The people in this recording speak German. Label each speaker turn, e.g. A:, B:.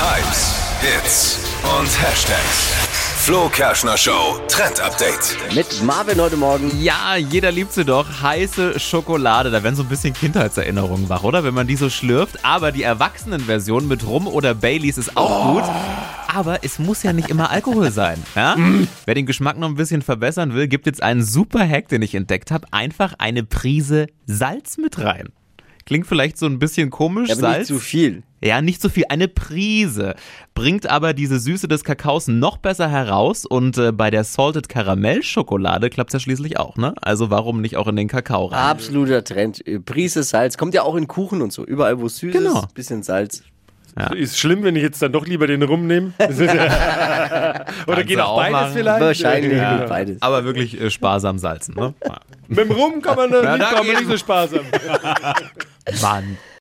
A: Hypes, Hits und Hashtags. Flo Kerschner Show Trend Update.
B: Mit Marvin heute Morgen.
C: Ja, jeder liebt sie doch. Heiße Schokolade. Da werden so ein bisschen Kindheitserinnerungen wach, oder? Wenn man die so schlürft. Aber die Erwachsenenversion mit Rum oder Baileys ist
B: Oh.
C: auch gut. Aber es muss ja nicht immer Alkohol sein. Ja?
B: Mm.
C: Wer den Geschmack noch ein bisschen verbessern will, gibt jetzt einen super Hack, den ich entdeckt habe. Einfach eine Prise Salz mit rein. Klingt vielleicht so ein bisschen komisch,
B: Ja, Aber
C: Salz.
B: nicht zu viel.
C: Ja, nicht so viel, eine Prise. Bringt aber diese Süße des Kakaos noch besser heraus und äh, bei der Salted Karamell Schokolade klappt's ja schließlich auch, ne? Also warum nicht auch in den Kakao
B: Ah.
C: rein?
B: Absoluter Trend. Äh, Prise Salz. Kommt ja auch in Kuchen und so. Überall, wo es süß
C: Genau.
B: ist, bisschen Salz.
D: Ist schlimm, wenn ich jetzt dann doch lieber den rumnehme. Oder geht
C: du
D: auch
C: auch
D: beides
C: machen.
D: vielleicht?
B: Wahrscheinlich
D: Ja.
B: geht beides.
C: Aber wirklich äh, sparsam salzen, ne?
D: Mit dem Rum kann man,
C: Ja,
D: ja,
C: da
D: kann man
C: geht's.
D: nicht so sparsam.
C: Mann.